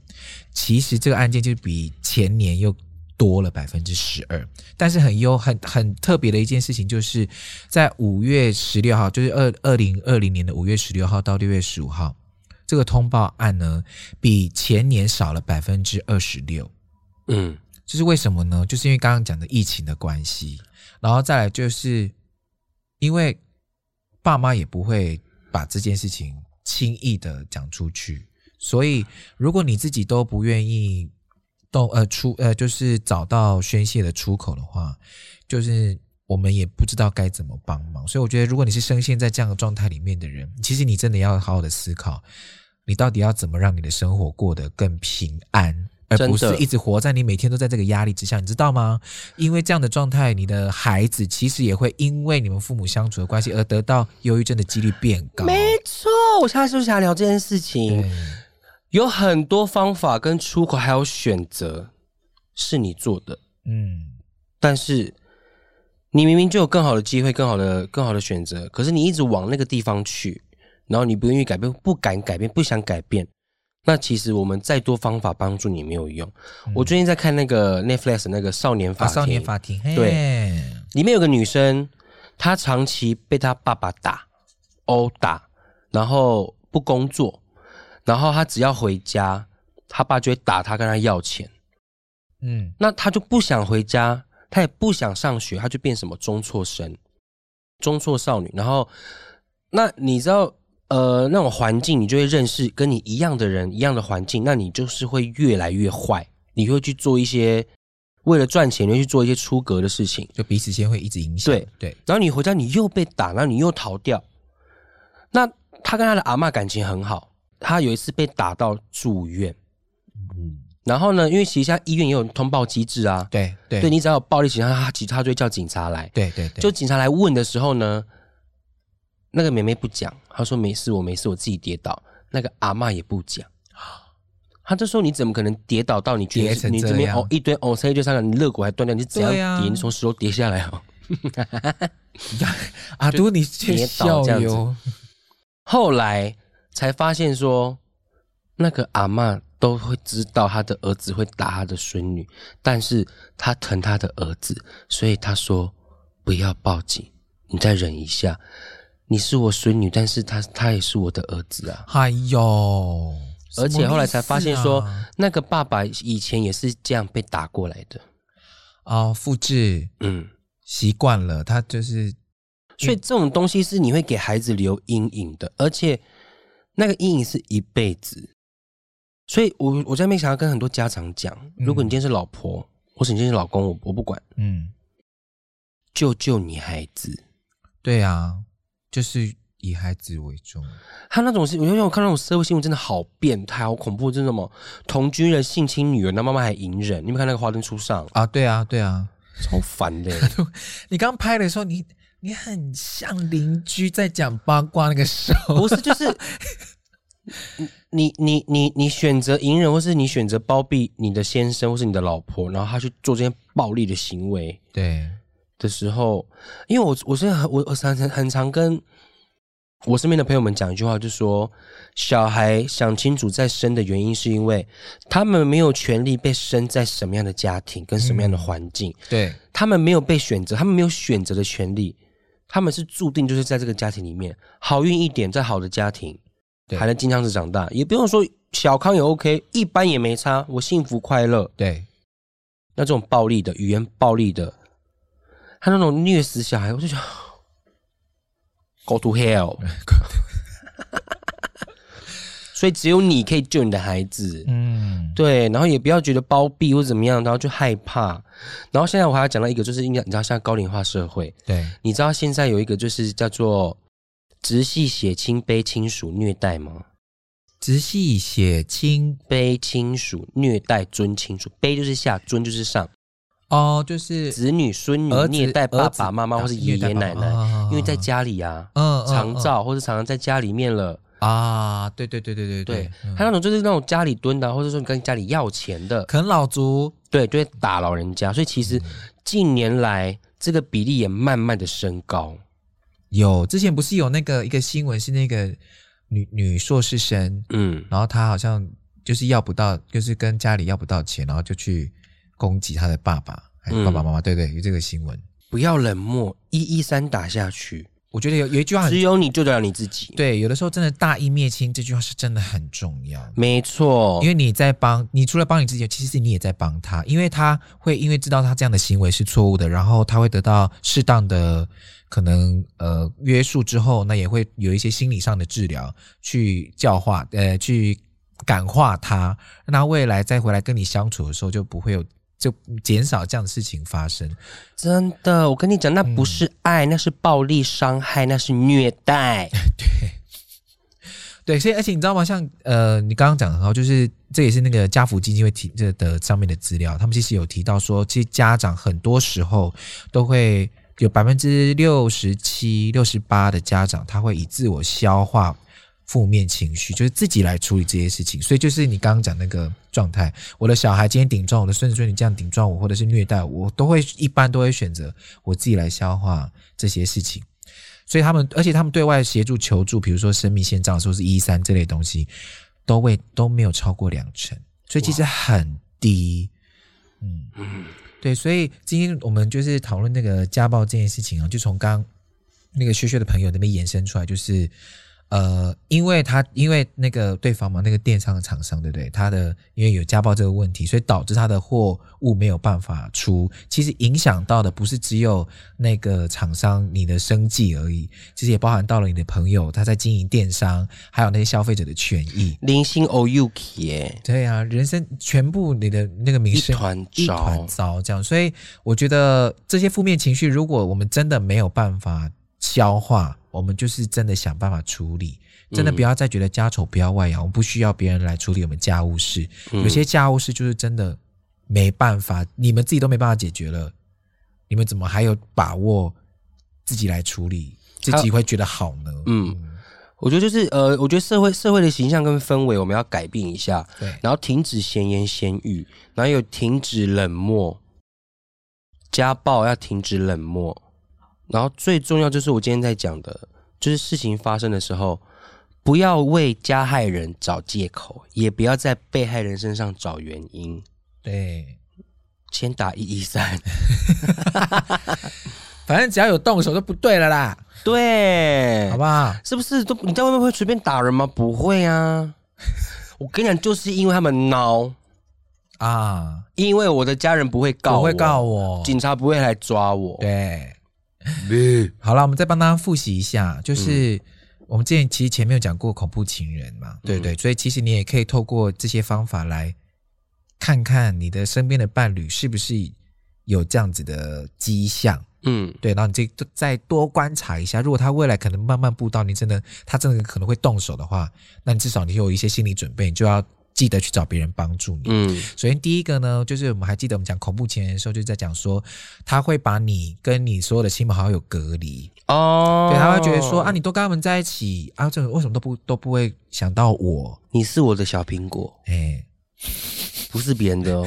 [SPEAKER 2] 其实这个案件就比前年又。多了百分之十二，但是很优很很特别的一件事情，就是在五月十六号，就是二二零二零年的五月十六号到六月十五号，这个通报案呢，比前年少了百分之二十六。
[SPEAKER 1] 嗯，
[SPEAKER 2] 这是为什么呢？就是因为刚刚讲的疫情的关系，然后再来就是因为爸妈也不会把这件事情轻易的讲出去，所以如果你自己都不愿意动呃出呃就是找到宣泄的出口的话，就是我们也不知道该怎么帮忙。所以我觉得，如果你是深陷在这样的状态里面的人，其实你真的要好好的思考，你到底要怎么让你的生活过得更平安。而不
[SPEAKER 1] 真的
[SPEAKER 2] 是一直活在你每天都在这个压力之下，你知道吗？因为这样的状态，你的孩子其实也会因为你们父母相处的关系而得到忧郁症的几率变高。
[SPEAKER 1] 没错，我现在就是想聊这件事情
[SPEAKER 2] 对，
[SPEAKER 1] 有很多方法跟出口，还有选择是你做的，
[SPEAKER 2] 嗯，
[SPEAKER 1] 但是你明明就有更好的机会、更好的、更好的选择，可是你一直往那个地方去，然后你不愿意改变、不敢改变、不想改变，那其实我们再多方法帮助你没有用。我最近在看那个 Netflix 那个《少年法
[SPEAKER 2] 嗯啊，
[SPEAKER 1] 庭》，
[SPEAKER 2] 少年法庭，嘿
[SPEAKER 1] 对，里面有个女生，她长期被她爸爸打、殴打，然后不工作，然后她只要回家，她爸就会打她，跟她要钱。
[SPEAKER 2] 嗯
[SPEAKER 1] 那他就不想回家，他也不想上学，他就变什么中辍生、中辍少女。然后，那你知道，呃，那种环境，你就会认识跟你一样的人、一样的环境，那你就是会越来越坏，你会去做一些为了赚钱，你会去做一些出格的事情。
[SPEAKER 2] 就彼此间会一直影响。
[SPEAKER 1] 对
[SPEAKER 2] 对，
[SPEAKER 1] 然后你回家，你又被打，然后你又逃掉。那他跟他的阿嬷感情很好，他有一次被打到住院，
[SPEAKER 2] 嗯，
[SPEAKER 1] 然后呢，因为其实现在医院也有通报机制啊，
[SPEAKER 2] 对对
[SPEAKER 1] 对你只要有暴力倾向，他其实他就会叫警察来。
[SPEAKER 2] 对对对，
[SPEAKER 1] 就警察来问的时候呢，那个妹妹不讲，她说没事，我没事，我自己跌倒。那个阿嬷也不讲，她就说你怎么可能跌倒到你觉
[SPEAKER 2] 跌
[SPEAKER 1] 得
[SPEAKER 2] 成
[SPEAKER 1] 你这
[SPEAKER 2] 这
[SPEAKER 1] 边
[SPEAKER 2] 样
[SPEAKER 1] 哦一堆哦三一堆三个，你肋骨还断掉，你是怎样
[SPEAKER 2] 对
[SPEAKER 1] 跌？
[SPEAKER 2] 啊
[SPEAKER 1] 你从石头跌下来哦。
[SPEAKER 2] 阿啊都你却
[SPEAKER 1] 跌倒
[SPEAKER 2] 笑
[SPEAKER 1] 这样子
[SPEAKER 2] 哟，
[SPEAKER 1] 后来才发现说，那个阿嬷都会知道她的儿子会打她的孙女，但是她疼她的儿子，所以她说不要报警，你再忍一下。你是我孙女，但是她她也是我的儿子啊。
[SPEAKER 2] 哎呦，
[SPEAKER 1] 而且后来才发现说
[SPEAKER 2] 什么意思，
[SPEAKER 1] 那个爸爸以前也是这样被打过来的。
[SPEAKER 2] 啊，哦复制
[SPEAKER 1] 嗯，
[SPEAKER 2] 习惯了，他就是
[SPEAKER 1] 所以这种东西是你会给孩子留阴影的，而且那个阴影是一辈子。所以我我在那边想要跟很多家长讲，如果你今天是老婆，或是你今天是老公，我我不管，
[SPEAKER 2] 嗯，
[SPEAKER 1] 救救你孩子。
[SPEAKER 2] 对啊，就是以孩子为重，
[SPEAKER 1] 他那种是，我就我看那种社会新闻真的好变态，好恐怖，就是什么同居人性侵女儿，那妈妈还隐忍。你们看那个《花灯初上》，
[SPEAKER 2] 啊，对啊，对啊，
[SPEAKER 1] 超烦的、
[SPEAKER 2] 你刚拍的时候，你 你很像邻居在讲八卦那个时候，
[SPEAKER 1] 不是，就是你你你你选择隐忍，或是你选择包庇你的先生或是你的老婆，然后他去做这些暴力的行为
[SPEAKER 2] 对，
[SPEAKER 1] 的时候，因为我我是很我我常常很常跟我身边的朋友们讲一句话，就说小孩想清楚再生的原因，是因为他们没有权利被生在什么样的家庭跟什么样的环境，
[SPEAKER 2] 对，
[SPEAKER 1] 他们没有被选择，他们没有选择的权利，他们是注定就是在这个家庭里面，好运一点，在好的家庭，
[SPEAKER 2] 对
[SPEAKER 1] 还能经常是长大，也不用说小康也 OK，一般也没差，我幸福快乐。
[SPEAKER 2] 对，
[SPEAKER 1] 那这种暴力的语言暴力的，他那种虐死小孩，我就想 go to hell。所以只有你可以救你的孩子。
[SPEAKER 2] 嗯，
[SPEAKER 1] 对，然后也不要觉得包庇或怎么样，然后就害怕。然后现在我还要讲到一个，就是应该你知道，像高龄化社会，
[SPEAKER 2] 对，
[SPEAKER 1] 你知道现在有一个就是叫做直系血亲非亲属虐待吗？
[SPEAKER 2] 直系血亲
[SPEAKER 1] 非亲属虐待尊亲属，非就是下，尊就是上，
[SPEAKER 2] 哦，就是
[SPEAKER 1] 子女孙女
[SPEAKER 2] 儿子
[SPEAKER 1] 虐待爸
[SPEAKER 2] 儿子啊
[SPEAKER 1] 爸妈妈或是爷爷奶
[SPEAKER 2] 虐待爸
[SPEAKER 1] 奶，
[SPEAKER 2] 爸
[SPEAKER 1] 因为在家里啊，
[SPEAKER 2] 嗯嗯
[SPEAKER 1] 常照或者常常在家里面了。
[SPEAKER 2] 嗯啊，对对对对对
[SPEAKER 1] 对，
[SPEAKER 2] 嗯
[SPEAKER 1] 还有那种就是那种家里蹲的啊，或者说你跟家里要钱的，
[SPEAKER 2] 啃老族，
[SPEAKER 1] 对，就会打老人家。所以其实近年来这个比例也慢慢的升高。
[SPEAKER 2] 有，之前不是有那个一个新闻是那个女女硕士生，
[SPEAKER 1] 嗯，
[SPEAKER 2] 然后她好像就是要不到，就是跟家里要不到钱，然后就去攻击她的爸爸，还是
[SPEAKER 1] 嗯
[SPEAKER 2] 爸爸妈妈，对对，有这个新闻。
[SPEAKER 1] 不要冷漠，一一三打下去，
[SPEAKER 2] 我觉得有有一句话
[SPEAKER 1] 啊只
[SPEAKER 2] 很
[SPEAKER 1] 有你救得了你自己。，
[SPEAKER 2] 对，有的时候真的大义灭亲这句话是真的很重要，
[SPEAKER 1] 没错
[SPEAKER 2] 因，为你在帮，你除了帮你自己，其实你也在帮他，因为他会因为知道他这样的行为是错误的，然后他会得到适当的可能呃约束之后，那也会有一些心理上的治疗，去教化呃去感化他，那未来再回来跟你相处的时候就不会有。就减少这样的事情发生，
[SPEAKER 1] 真的，我跟你讲，那不是爱，那是暴力伤害，那是虐待。
[SPEAKER 2] 对，所以而且你知道吗？像呃，你刚刚讲的很好，就是这也是那个家福基金会提这的上面的资料，他们其实有提到说，其实家长很多时候都会有百分之六十七、六十八的家长，他会以自我消化负面情绪，就是自己来处理这些事情。所以就是你刚刚讲那个状态，我的小孩今天顶撞我的孙子孙女这样顶撞我，或者是虐待我，我都会一般都会选择我自己来消化这些事情。所以他们，而且他们对外协助求助，比如说生命线障，说是一三这类东西，都未都没有超过两成，所以其实很低。嗯，对，所以今天我们就是讨论那个家暴这件事情啊，就从刚那个薛薛的朋友那边延伸出来，就是呃，因为他因为那个对方嘛，那个电商的厂商，对不对？他的因为有家暴这个问题，所以导致他的货物没有办法出。其实影响到的不是只有那个厂商你的生计而已，其实也包含到了你的朋友他在经营电商，还有那些消费者的权益。
[SPEAKER 1] 零星 o u k 耶，
[SPEAKER 2] 对啊，人生全部你的那个名
[SPEAKER 1] 一
[SPEAKER 2] 声
[SPEAKER 1] 团
[SPEAKER 2] 一
[SPEAKER 1] 糟
[SPEAKER 2] 团。糟这样，所以我觉得这些负面情绪，如果我们真的没有办法消化，我们就是真的想办法处理，真的不要再觉得家丑不要外扬，我们不需要别人来处理我们家务事，有些家务事就是真的没办法，你们自己都没办法解决了，你们怎么还有把握自己来处理，自己会觉得好呢？
[SPEAKER 1] 嗯，我觉得就是呃，我觉得社会社会的形象跟氛围我们要改变一下，
[SPEAKER 2] 对
[SPEAKER 1] 然后停止闲言闲语，然后有停止冷漠，家暴要停止冷漠，然后最重要就是我今天在讲的，就是事情发生的时候，不要为加害人找借口，也不要在被害人身上找原因，
[SPEAKER 2] 对。
[SPEAKER 1] 先打一一 三，
[SPEAKER 2] 反正只要有动手就不对了啦，
[SPEAKER 1] 对，
[SPEAKER 2] 好不好？
[SPEAKER 1] 是不是都你在外面会随便打人吗？不会啊，我跟你讲，就是因为他们孬。
[SPEAKER 2] 啊，
[SPEAKER 1] 因为我的家人不会告
[SPEAKER 2] 不
[SPEAKER 1] 我，
[SPEAKER 2] 会告我，
[SPEAKER 1] 警察不会来抓我。
[SPEAKER 2] 对，
[SPEAKER 1] 对，
[SPEAKER 2] 好了，我们再帮大家复习一下，就是。我们之前其实前面有讲过恐怖情人嘛，
[SPEAKER 1] 嗯
[SPEAKER 2] 对不对？所以其实你也可以透过这些方法来看看你的身边的伴侣是不是有这样子的迹象，
[SPEAKER 1] 嗯，
[SPEAKER 2] 对。然后你这再多观察一下，如果他未来可能慢慢步到你真的他真的可能会动手的话，那你至少你有一些心理准备，你就要记得去找别人帮助你。
[SPEAKER 1] 嗯
[SPEAKER 2] 首先第一个呢，就是我们还记得我们讲恐怖情人的时候，就在讲说他会把你跟你所有的亲朋好友隔离，
[SPEAKER 1] 哦，
[SPEAKER 2] 对，他会觉得说啊，你都跟他们在一起啊，这为什么都不都不会想到我？
[SPEAKER 1] 你是我的小苹果，
[SPEAKER 2] 哎、
[SPEAKER 1] 不是别人的 哦。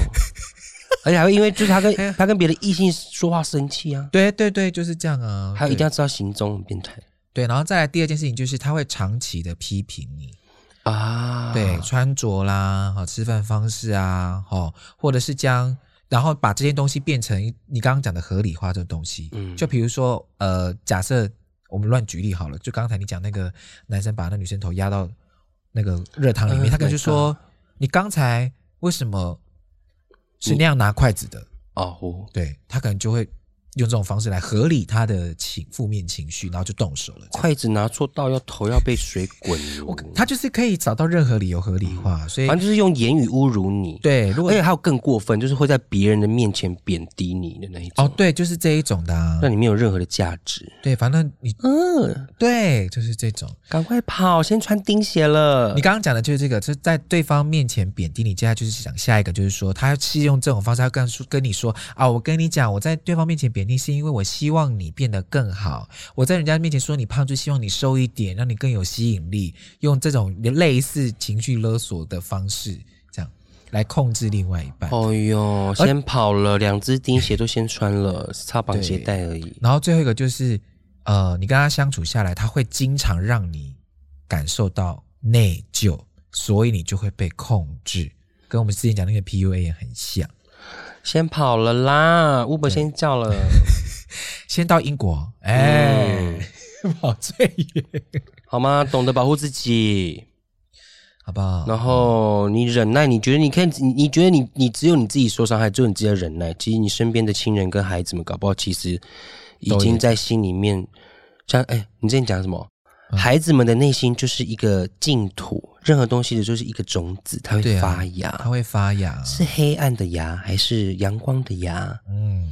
[SPEAKER 1] 而且还会因为就是他
[SPEAKER 2] 哎
[SPEAKER 1] 跟他跟别的异性说话生气啊，
[SPEAKER 2] 对对对，就是这样啊。
[SPEAKER 1] 还有一
[SPEAKER 2] 对
[SPEAKER 1] 定要知道行踪，很变态
[SPEAKER 2] 对，然后再来第二件事情就是他会长期的批评你，
[SPEAKER 1] 啊。
[SPEAKER 2] 对，穿着啦，好吃饭方式啊，好，或者是将。然后把这些东西变成一你刚刚讲的合理化这种东西，
[SPEAKER 1] 嗯
[SPEAKER 2] 就比如说，呃，假设我们乱举例好了，就刚才你讲那个男生把那女生头压到那个热汤里面，
[SPEAKER 1] Oh
[SPEAKER 2] 他可能
[SPEAKER 1] my
[SPEAKER 2] 就说：“
[SPEAKER 1] God
[SPEAKER 2] 你刚才为什么是
[SPEAKER 1] 你
[SPEAKER 2] 那样拿筷子的？”
[SPEAKER 1] 哦，我
[SPEAKER 2] 对他可能就会用这种方式来合理他的情负面情绪，然后就动手了。这样
[SPEAKER 1] 筷子拿错道，要头要被水滚了。
[SPEAKER 2] 我他就是可以找到任何理由合理化，所以
[SPEAKER 1] 哦嗯反正就是用言语侮辱你，，
[SPEAKER 2] 对，
[SPEAKER 1] 而
[SPEAKER 2] 如果
[SPEAKER 1] 且还有更过分，就是会在别人的面前贬低你的那一种，
[SPEAKER 2] 哦对，就是这一种的、啊，
[SPEAKER 1] 让你没有任何的价值。
[SPEAKER 2] 对，反正你
[SPEAKER 1] 嗯，
[SPEAKER 2] 对就是这种。
[SPEAKER 1] 赶快跑，先穿钉鞋了
[SPEAKER 2] 你。刚刚讲的就是这个，就是在对方面前贬低你。接下来就是讲下一个，就是说他是用这种方式要跟说跟你说啊，我跟你讲，我在对方面前贬低是因为我希望你变得更好，我在人家面前说你胖，就希望你瘦一点，让你更有吸引力，用这种类似情绪勒索的方式，这样来控制另外一半。
[SPEAKER 1] 哦哟，先跑了，两只钉鞋都先穿了，插绑鞋带而已。
[SPEAKER 2] 然后最后一个就是，呃，你跟他相处下来，他会经常让你感受到内疚，所以你就会被控制，跟我们之前讲那个 PUA 也很像。
[SPEAKER 1] 先跑了啦，Uber 先叫 了。
[SPEAKER 2] 先到英国，哎、好醉耶，
[SPEAKER 1] 好吗？懂得保护自己，
[SPEAKER 2] 好不好？
[SPEAKER 1] 然后你忍耐，你觉得你看，你你觉得你你只有你自己受伤害，只有你自己的忍耐。其实你身边的亲人跟孩子们，搞不好其实已
[SPEAKER 2] 都有
[SPEAKER 1] 经在心里面，像哎，你之前讲什么？孩子们的内心就是一个净土，任何东西的就是一个种子，它
[SPEAKER 2] 对
[SPEAKER 1] 会
[SPEAKER 2] 啊
[SPEAKER 1] 发芽。
[SPEAKER 2] 它会发芽，
[SPEAKER 1] 是黑暗的芽还是阳光的芽？
[SPEAKER 2] 嗯，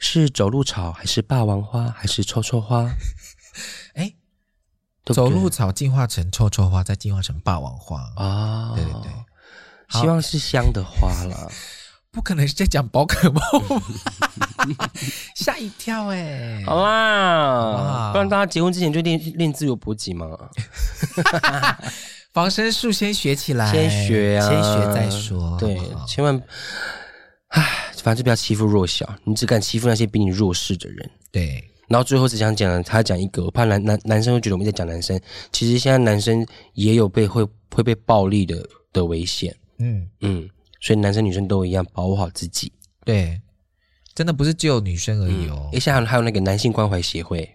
[SPEAKER 1] 是走路草还是霸王花还是臭臭 花？
[SPEAKER 2] 哎，
[SPEAKER 1] 对不对
[SPEAKER 2] 走路草进化成臭臭花，再进化成霸王花啊，
[SPEAKER 1] 啊，
[SPEAKER 2] 对对对，好
[SPEAKER 1] 希望是香的花 啦。
[SPEAKER 2] 不可能是在讲宝可梦吧， 吓一跳哎、
[SPEAKER 1] 好啦，
[SPEAKER 2] 哇
[SPEAKER 1] 不然大家结婚之前就练练自由搏击嘛。
[SPEAKER 2] 防身术先学起来，
[SPEAKER 1] 先学啊，
[SPEAKER 2] 哎先学再说，
[SPEAKER 1] 对
[SPEAKER 2] 好不好，
[SPEAKER 1] 千万，唉，反正就不要欺负弱小，你只敢欺负那些比你弱势的人。
[SPEAKER 2] 对，
[SPEAKER 1] 然后最后只想讲，他讲一个，我怕男男男生会觉得我们在讲男生，其实现在男生也有被会会被暴力的的危险，
[SPEAKER 2] 嗯，
[SPEAKER 1] 嗯，所以男生女生都一样，保护好自己。
[SPEAKER 2] 对，真的不是只有女生而已哦，
[SPEAKER 1] 诶，现在还有那个男性关怀协会，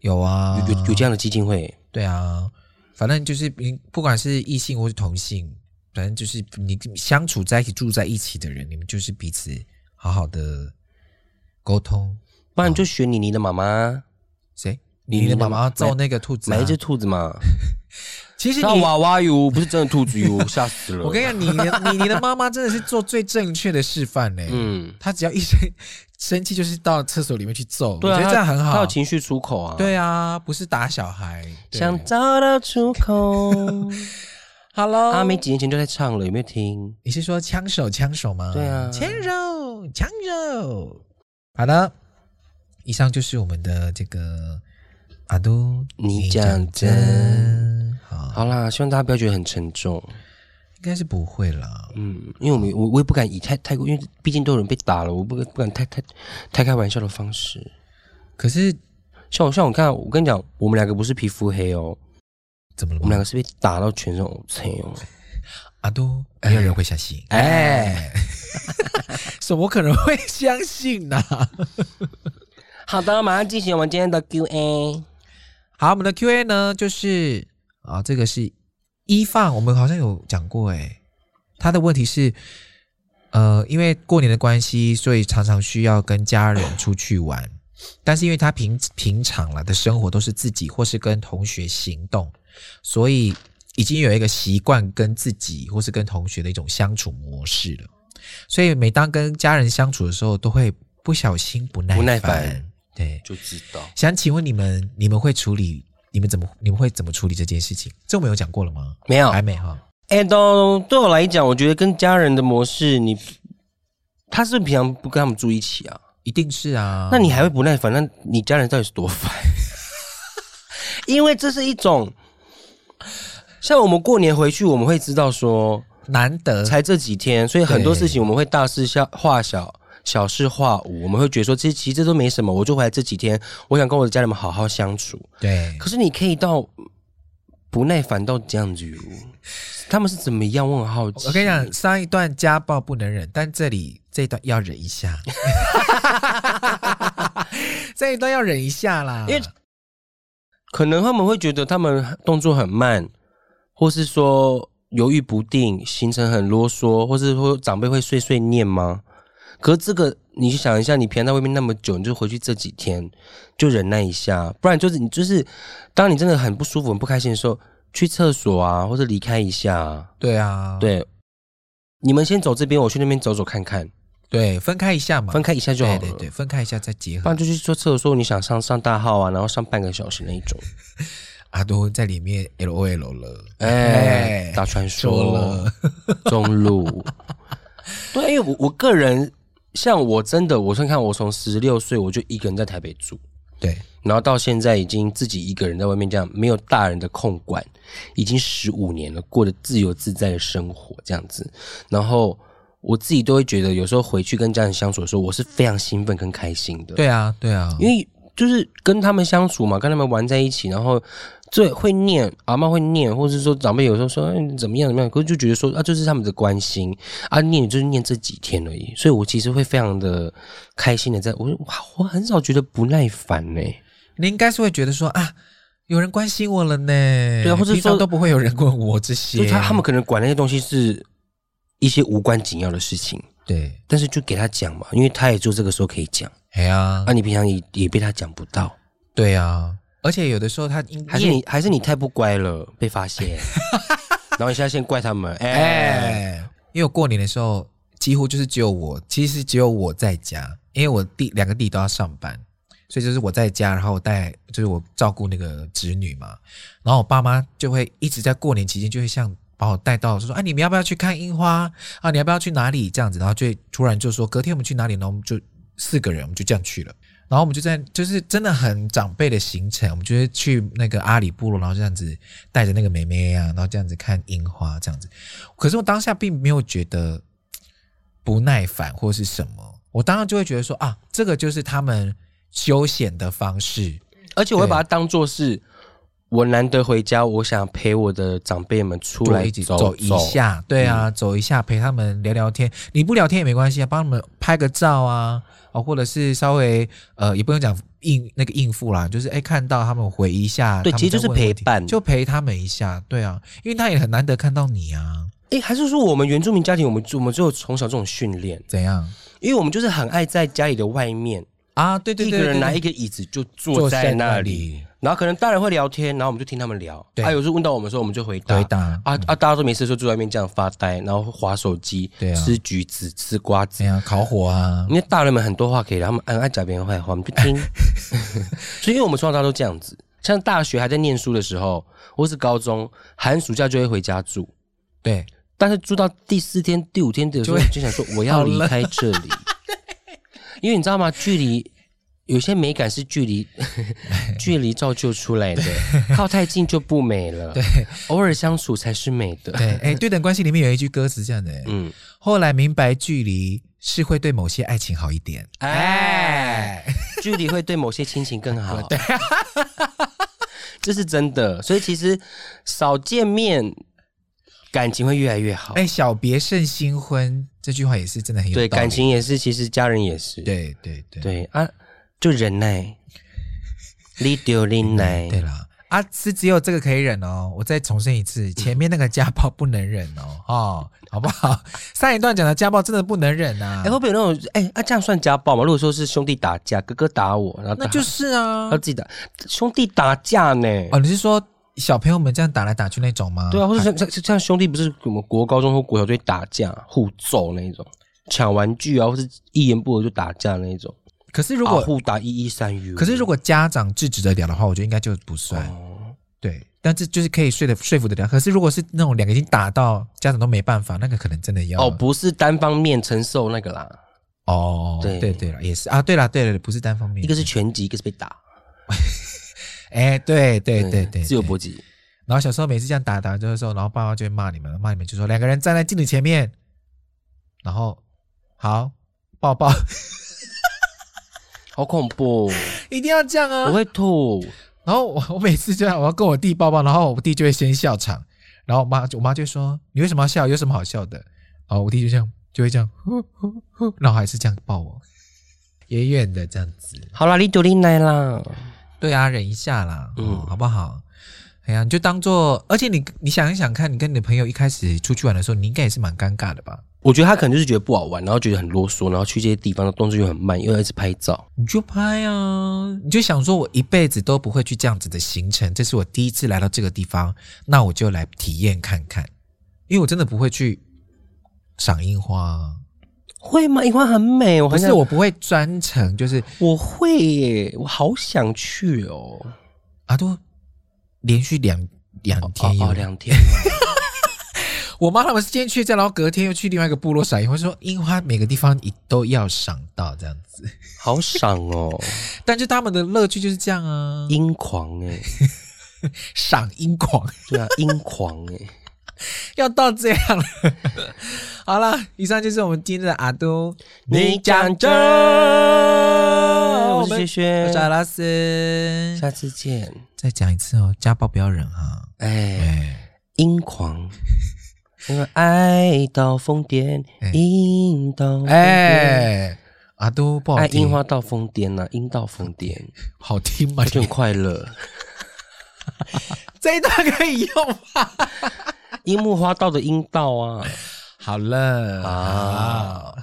[SPEAKER 2] 有啊，
[SPEAKER 1] 有有有这样的基金会，
[SPEAKER 2] 对啊，反正就是你不管是异性或是同性，反正就是你相处在一起、住在一起的人，你们就是彼此好好的沟通。
[SPEAKER 1] 不然你就学妮妮的妈妈，
[SPEAKER 2] 谁？
[SPEAKER 1] 你
[SPEAKER 2] 你的
[SPEAKER 1] 你的
[SPEAKER 2] 妈妈要揍
[SPEAKER 1] 买
[SPEAKER 2] 那个兔子、啊
[SPEAKER 1] 买一只？兔子嘛，
[SPEAKER 2] 其实
[SPEAKER 1] 那
[SPEAKER 2] 你，
[SPEAKER 1] 娃娃哟，不是真的兔子 哟，吓死了。
[SPEAKER 2] 我跟你讲，你的你你的妈妈真的是做最正确的示范欸呢、
[SPEAKER 1] 嗯，
[SPEAKER 2] 她只要一生生气，就是到厕所里面去揍，
[SPEAKER 1] 对啊，
[SPEAKER 2] 我觉得
[SPEAKER 1] 他
[SPEAKER 2] 这样很
[SPEAKER 1] 他
[SPEAKER 2] 好
[SPEAKER 1] 有。情绪出口啊，，
[SPEAKER 2] 对啊，不是打小孩。对
[SPEAKER 1] 想找到出 口。
[SPEAKER 2] Hello，
[SPEAKER 1] 阿妹几年前就在唱了，有没有听？
[SPEAKER 2] 你是说枪手枪手吗？
[SPEAKER 1] 对啊
[SPEAKER 2] 枪手枪手。好的，以上就是我们的这个阿都，
[SPEAKER 1] 你讲真
[SPEAKER 2] 好，
[SPEAKER 1] 好啦，希望大家不要觉得很沉重。
[SPEAKER 2] 应该是不会啦。
[SPEAKER 1] 嗯，因为我们我我也不敢以太太过，因为毕竟都有人被打了，我不敢不敢太太太开玩笑的方式。
[SPEAKER 2] 可是
[SPEAKER 1] 像我像我看，我跟你讲，我们两个不是皮肤黑哦，
[SPEAKER 2] 怎么了
[SPEAKER 1] 我们两
[SPEAKER 2] 吗？
[SPEAKER 1] 个是被打到全身红黑哦。
[SPEAKER 2] 阿都，没有人会相信。
[SPEAKER 1] 哎，
[SPEAKER 2] 怎么可能会相信啊呢、
[SPEAKER 1] 好的，马上进行我们今天的 Q&A。
[SPEAKER 2] 好，我们的 Q&A 呢，就是啊，这个是一放，我们好像有讲过诶、他的问题是，呃，因为过年的关系，所以常常需要跟家人出去玩，但是因为他平平常啦的生活都是自己或是跟同学行动，所以已经有一个习惯跟自己或是跟同学的一种相处模式了，所以每当跟家人相处的时候，都会不小心不耐
[SPEAKER 1] 不耐
[SPEAKER 2] 烦
[SPEAKER 1] 烦，
[SPEAKER 2] 对，
[SPEAKER 1] 就知道
[SPEAKER 2] 想请问你们，你们会处理？你们怎么？你们会怎么处理这件事情？这我们有讲过了吗？
[SPEAKER 1] 没有？
[SPEAKER 2] 还没哈。
[SPEAKER 1] 哎，都对我来讲，我觉得跟家人的模式，你他是不是平常不跟他们住一起啊？
[SPEAKER 2] 一定是啊。
[SPEAKER 1] 那你还会不耐烦？那你家人到底是多烦？ 因为这是一种，像我们过年回去，我们会知道说
[SPEAKER 2] 难得
[SPEAKER 1] 才这几天，所以很多事情我们会大事小化小，小事化无，我们会觉得说，其实其实这都没什么，我就回来这几天，我想跟我的家人们好好相处。
[SPEAKER 2] 对，
[SPEAKER 1] 可是你可以到不耐烦到这样子，他们是怎么样？我很好奇。
[SPEAKER 2] 我跟你讲，上一段家暴不能忍，但这里这一段要忍一 下， 这一段要忍一下啦。
[SPEAKER 1] 因为可能他们会觉得他们动作很慢，或是说犹豫不定，行程很啰嗦，或是说长辈会碎碎念吗？可是这个，你去想一下，你平常在外面那么久，你就回去这几天就忍耐一下，不然就是你就是，当你真的很不舒服、很不开心的时候，去厕所啊，或者离开一下啊。
[SPEAKER 2] 对啊，
[SPEAKER 1] 对，你们先走这边，我去那边走走看看，
[SPEAKER 2] 对，分开一下嘛，
[SPEAKER 1] 分开一下就好
[SPEAKER 2] 对
[SPEAKER 1] 了。
[SPEAKER 2] 对对，分开一下再结
[SPEAKER 1] 不
[SPEAKER 2] 合。
[SPEAKER 1] 然就去坐厕所，你想上上大号啊，然后上半个小时那一种。
[SPEAKER 2] 阿多啊在里面 L O L 了，
[SPEAKER 1] 哎，大传说
[SPEAKER 2] 说了，
[SPEAKER 1] 中路。对，因为我我个人，像我真的，我先看，我从十六岁我就一个人在台北住，
[SPEAKER 2] 对，
[SPEAKER 1] 然后到现在已经自己一个人在外面这样，没有大人的控管，已经十五年了，过得自由自在的生活这样子。然后我自己都会觉得，有时候回去跟家人相处的时候，我是非常兴奋跟开心的。
[SPEAKER 2] 对啊，对啊，
[SPEAKER 1] 因为就是跟他们相处嘛，跟他们玩在一起，然后最会念阿妈会念，或者是说长辈有时候说、哎、你怎么样怎么样，可是就觉得说啊，就是他们的关心啊，念就是念这几天而已，所以我其实会非常的开心的在，我哇，我很少觉得不耐烦呢、
[SPEAKER 2] 你应该是会觉得说啊，有人关心我了呢，
[SPEAKER 1] 对啊或者
[SPEAKER 2] 平常
[SPEAKER 1] 说
[SPEAKER 2] 都不会有人问我这
[SPEAKER 1] 就
[SPEAKER 2] 些，
[SPEAKER 1] 是他他们可能管那些东西是一些无关紧要的事情，
[SPEAKER 2] 对，
[SPEAKER 1] 但是就给他讲嘛，因为他也就这个时候可以讲，
[SPEAKER 2] 哎呀
[SPEAKER 1] 啊，，你平常也也被他讲不到，
[SPEAKER 2] 对啊，而且有的时候他应
[SPEAKER 1] 还是你还是你太不乖了，被发 现。然后你现在先怪他们，哎、
[SPEAKER 2] 哎，因为我过年的时候几乎就是只有我，其实只有我在家，因为我弟两个弟都要上班，所以就是我在家，然后我带就是我照顾那个侄女嘛，然后我爸妈就会一直在过年期间就会像。把我带到就说，哎、你们要不要去看樱花啊？你要不要去哪里？这样子，然后就会突然就说，隔天我们去哪里呢？然后我们就四个人，我们就这样去了。然后我们就在，就是真的很长辈的行程，我们就会去那个阿里部落，然后这样子带着那个妹妹啊，然后这样子看樱花这样子。可是我当下并没有觉得嘖不耐烦或是什么，我当然就会觉得说啊，这个就是他们休闲的方式。
[SPEAKER 1] 而且我会把它当做是我难得回家，我想陪我的长辈们出来
[SPEAKER 2] 一起
[SPEAKER 1] 走嗯
[SPEAKER 2] 走一下，对啊，走一下陪他们聊聊天。你不聊天也没关系啊，帮他们拍个照啊，哦，或者是稍微呃，也不用讲应那个应付啦，就是哎、看到他们回一下，
[SPEAKER 1] 对
[SPEAKER 2] 他们
[SPEAKER 1] 其实就是
[SPEAKER 2] 在问问题
[SPEAKER 1] 陪伴
[SPEAKER 2] 就陪他们一下，对啊，因为他也很难得看到你啊，
[SPEAKER 1] 哎、还是说我们原住民家庭，我们我们就有从小这种训练，
[SPEAKER 2] 怎样
[SPEAKER 1] 因为我们就是很爱在家里的外面，
[SPEAKER 2] 啊？对对
[SPEAKER 1] 一
[SPEAKER 2] 对
[SPEAKER 1] 个
[SPEAKER 2] 对
[SPEAKER 1] 人拿
[SPEAKER 2] 对
[SPEAKER 1] 一个椅子就坐
[SPEAKER 2] 坐
[SPEAKER 1] 在那里，
[SPEAKER 2] 里
[SPEAKER 1] 然后可能大人会聊天，然后我们就听他们聊，
[SPEAKER 2] 对
[SPEAKER 1] 啊，有时候问到我们的时候，我们就回答。
[SPEAKER 2] 回答
[SPEAKER 1] 啊啊！大家都没事，说坐在外面这样发呆，然后划手机，
[SPEAKER 2] 对啊
[SPEAKER 1] 吃橘子，吃瓜子
[SPEAKER 2] 怎，样烤火啊？
[SPEAKER 1] 因为大人们很多话可以聊，他们很爱讲别人坏话，我们就听。所以因为我们从小到大都这样子，像大学还在念书的时候，或是高中寒暑假就会回家住，
[SPEAKER 2] 对，
[SPEAKER 1] 但是住到第四天、第五天的时候，
[SPEAKER 2] 就会
[SPEAKER 1] 就想说我要离开这里，因为你知道吗？距离有些美感是距离距离造就出来的，靠太近就不美了。对，偶尔相处才是美的。
[SPEAKER 2] 对， 哎，对等关系里面有一句歌词这样的，哎
[SPEAKER 1] 嗯，
[SPEAKER 2] 后来明白距离是会对某些爱情好一点，
[SPEAKER 1] 哎，距离会对某些亲情更 好。对， 这是真的。所以其实少见面，感情会越来越好。
[SPEAKER 2] 哎，小别胜新婚这句话也是真的很有
[SPEAKER 1] 对，
[SPEAKER 2] 道理
[SPEAKER 1] 感，情也是，其实家人也是。
[SPEAKER 2] 对嗯对对
[SPEAKER 1] 对啊，就忍耐，你丢你耐。
[SPEAKER 2] 对啦。啊，是只有这个可以忍哦！我再重申一
[SPEAKER 1] 嗯
[SPEAKER 2] 次，前面那个家暴不能忍哦，哦，好不好？ 上一段讲的家暴真的不能忍啊
[SPEAKER 1] 哎、，会不会有那种哎、啊这样算家暴吗？如果说是兄弟打架，哥哥打我，然后
[SPEAKER 2] 那
[SPEAKER 1] 打
[SPEAKER 2] 就是啊
[SPEAKER 1] 他，自己打，兄弟打架呢？
[SPEAKER 2] 哦，你是说小朋友们这样打来打去那种吗？
[SPEAKER 1] 对啊，或者像像像兄弟不是我们国高中或国小就会打架互揍那一种，抢玩具啊，或是一言不合就打架那一种。啊
[SPEAKER 2] 可是如果
[SPEAKER 1] 啊互打一一三 U，
[SPEAKER 2] 可是如果家长制止得了的话，我觉得应该就不算。
[SPEAKER 1] 哦
[SPEAKER 2] 对，但这就是可以说的说服得了。可是如果是那种两个已经打到家长都没办法，那个可能真的要
[SPEAKER 1] 哦，不是单方面承受那个啦，
[SPEAKER 2] 哦，
[SPEAKER 1] 对
[SPEAKER 2] 对对了，也是啊，对了对了，不是单方面，
[SPEAKER 1] 一个是拳击，一个是被打，嗯
[SPEAKER 2] 哎，对对对对，
[SPEAKER 1] 自由
[SPEAKER 2] 对
[SPEAKER 1] 搏击，
[SPEAKER 2] 然后小时候每次这样打打的时候，然后爸妈就会骂你们，骂你们就说两个人站在镜子前面，然后好抱 抱，
[SPEAKER 1] 好恐怖，哦
[SPEAKER 2] 一定要这样
[SPEAKER 1] 我
[SPEAKER 2] 啊。
[SPEAKER 1] 会 吐。
[SPEAKER 2] 然后我我每次就要我要跟我弟抱抱，然后我弟就会先笑场，然后我妈就我妈就说你为什么要笑？有什么好笑的？然后我弟就这样就会这样，呼呼呼然后还是这样抱我，远远的这样子。
[SPEAKER 1] 好啦，你丢你奶啦，
[SPEAKER 2] 对啊，忍一下啦，嗯、
[SPEAKER 1] 嗯
[SPEAKER 2] 好不好？哎呀，你就当做，而且你你想一想看，你跟你的朋友一开始出去玩的时候，你应该也是蛮尴尬的吧？
[SPEAKER 1] 我觉得他可能就是觉得不好玩，然后觉得很啰嗦，然后去这些地方的动作又很慢，又要一直拍照。
[SPEAKER 2] 你就拍啊，你就想说，我一辈子都不会去这样子的行程，这是我第一次来到这个地方，那我就来体验看看，因为我真的不会去赏樱花啊，
[SPEAKER 1] 会吗？樱花很美，我
[SPEAKER 2] 不
[SPEAKER 1] 很
[SPEAKER 2] 是
[SPEAKER 1] 想
[SPEAKER 2] 我不会专程就是
[SPEAKER 1] 我会耶，我好想去哦。
[SPEAKER 2] 啊，都连续两两天有、
[SPEAKER 1] 哦哦两天哦，
[SPEAKER 2] 我妈他们是今天去这，然后隔天又去另外一个部落赏樱花，说樱花每个地方一都要赏到这样子，
[SPEAKER 1] 好爽哦，
[SPEAKER 2] 但就他们的乐趣就是这样啊，
[SPEAKER 1] 樱狂哎，
[SPEAKER 2] 赏樱狂。
[SPEAKER 1] 对啊，樱狂哎，
[SPEAKER 2] 要到这样了。好了，以上就是我们今天的阿都，
[SPEAKER 1] 你讲真
[SPEAKER 2] 我
[SPEAKER 1] 我是轩
[SPEAKER 2] 我是阿
[SPEAKER 1] 轩，
[SPEAKER 2] 拉斯。
[SPEAKER 1] 下次见。
[SPEAKER 2] 再讲一次哦，家暴不要忍哈。
[SPEAKER 1] 哎，
[SPEAKER 2] 哎，
[SPEAKER 1] 樱狂，因为爱到疯癫
[SPEAKER 2] 哎，
[SPEAKER 1] 樱到疯癫
[SPEAKER 2] 哎，阿都不好
[SPEAKER 1] 爱
[SPEAKER 2] 听，
[SPEAKER 1] 樱花到疯癫呐，樱到疯癫，
[SPEAKER 2] 好听吗
[SPEAKER 1] 而？且很快乐。
[SPEAKER 2] 这一段可以用吧？
[SPEAKER 1] 樱木花道的樱道啊。
[SPEAKER 2] 好了，
[SPEAKER 1] 好
[SPEAKER 2] 好。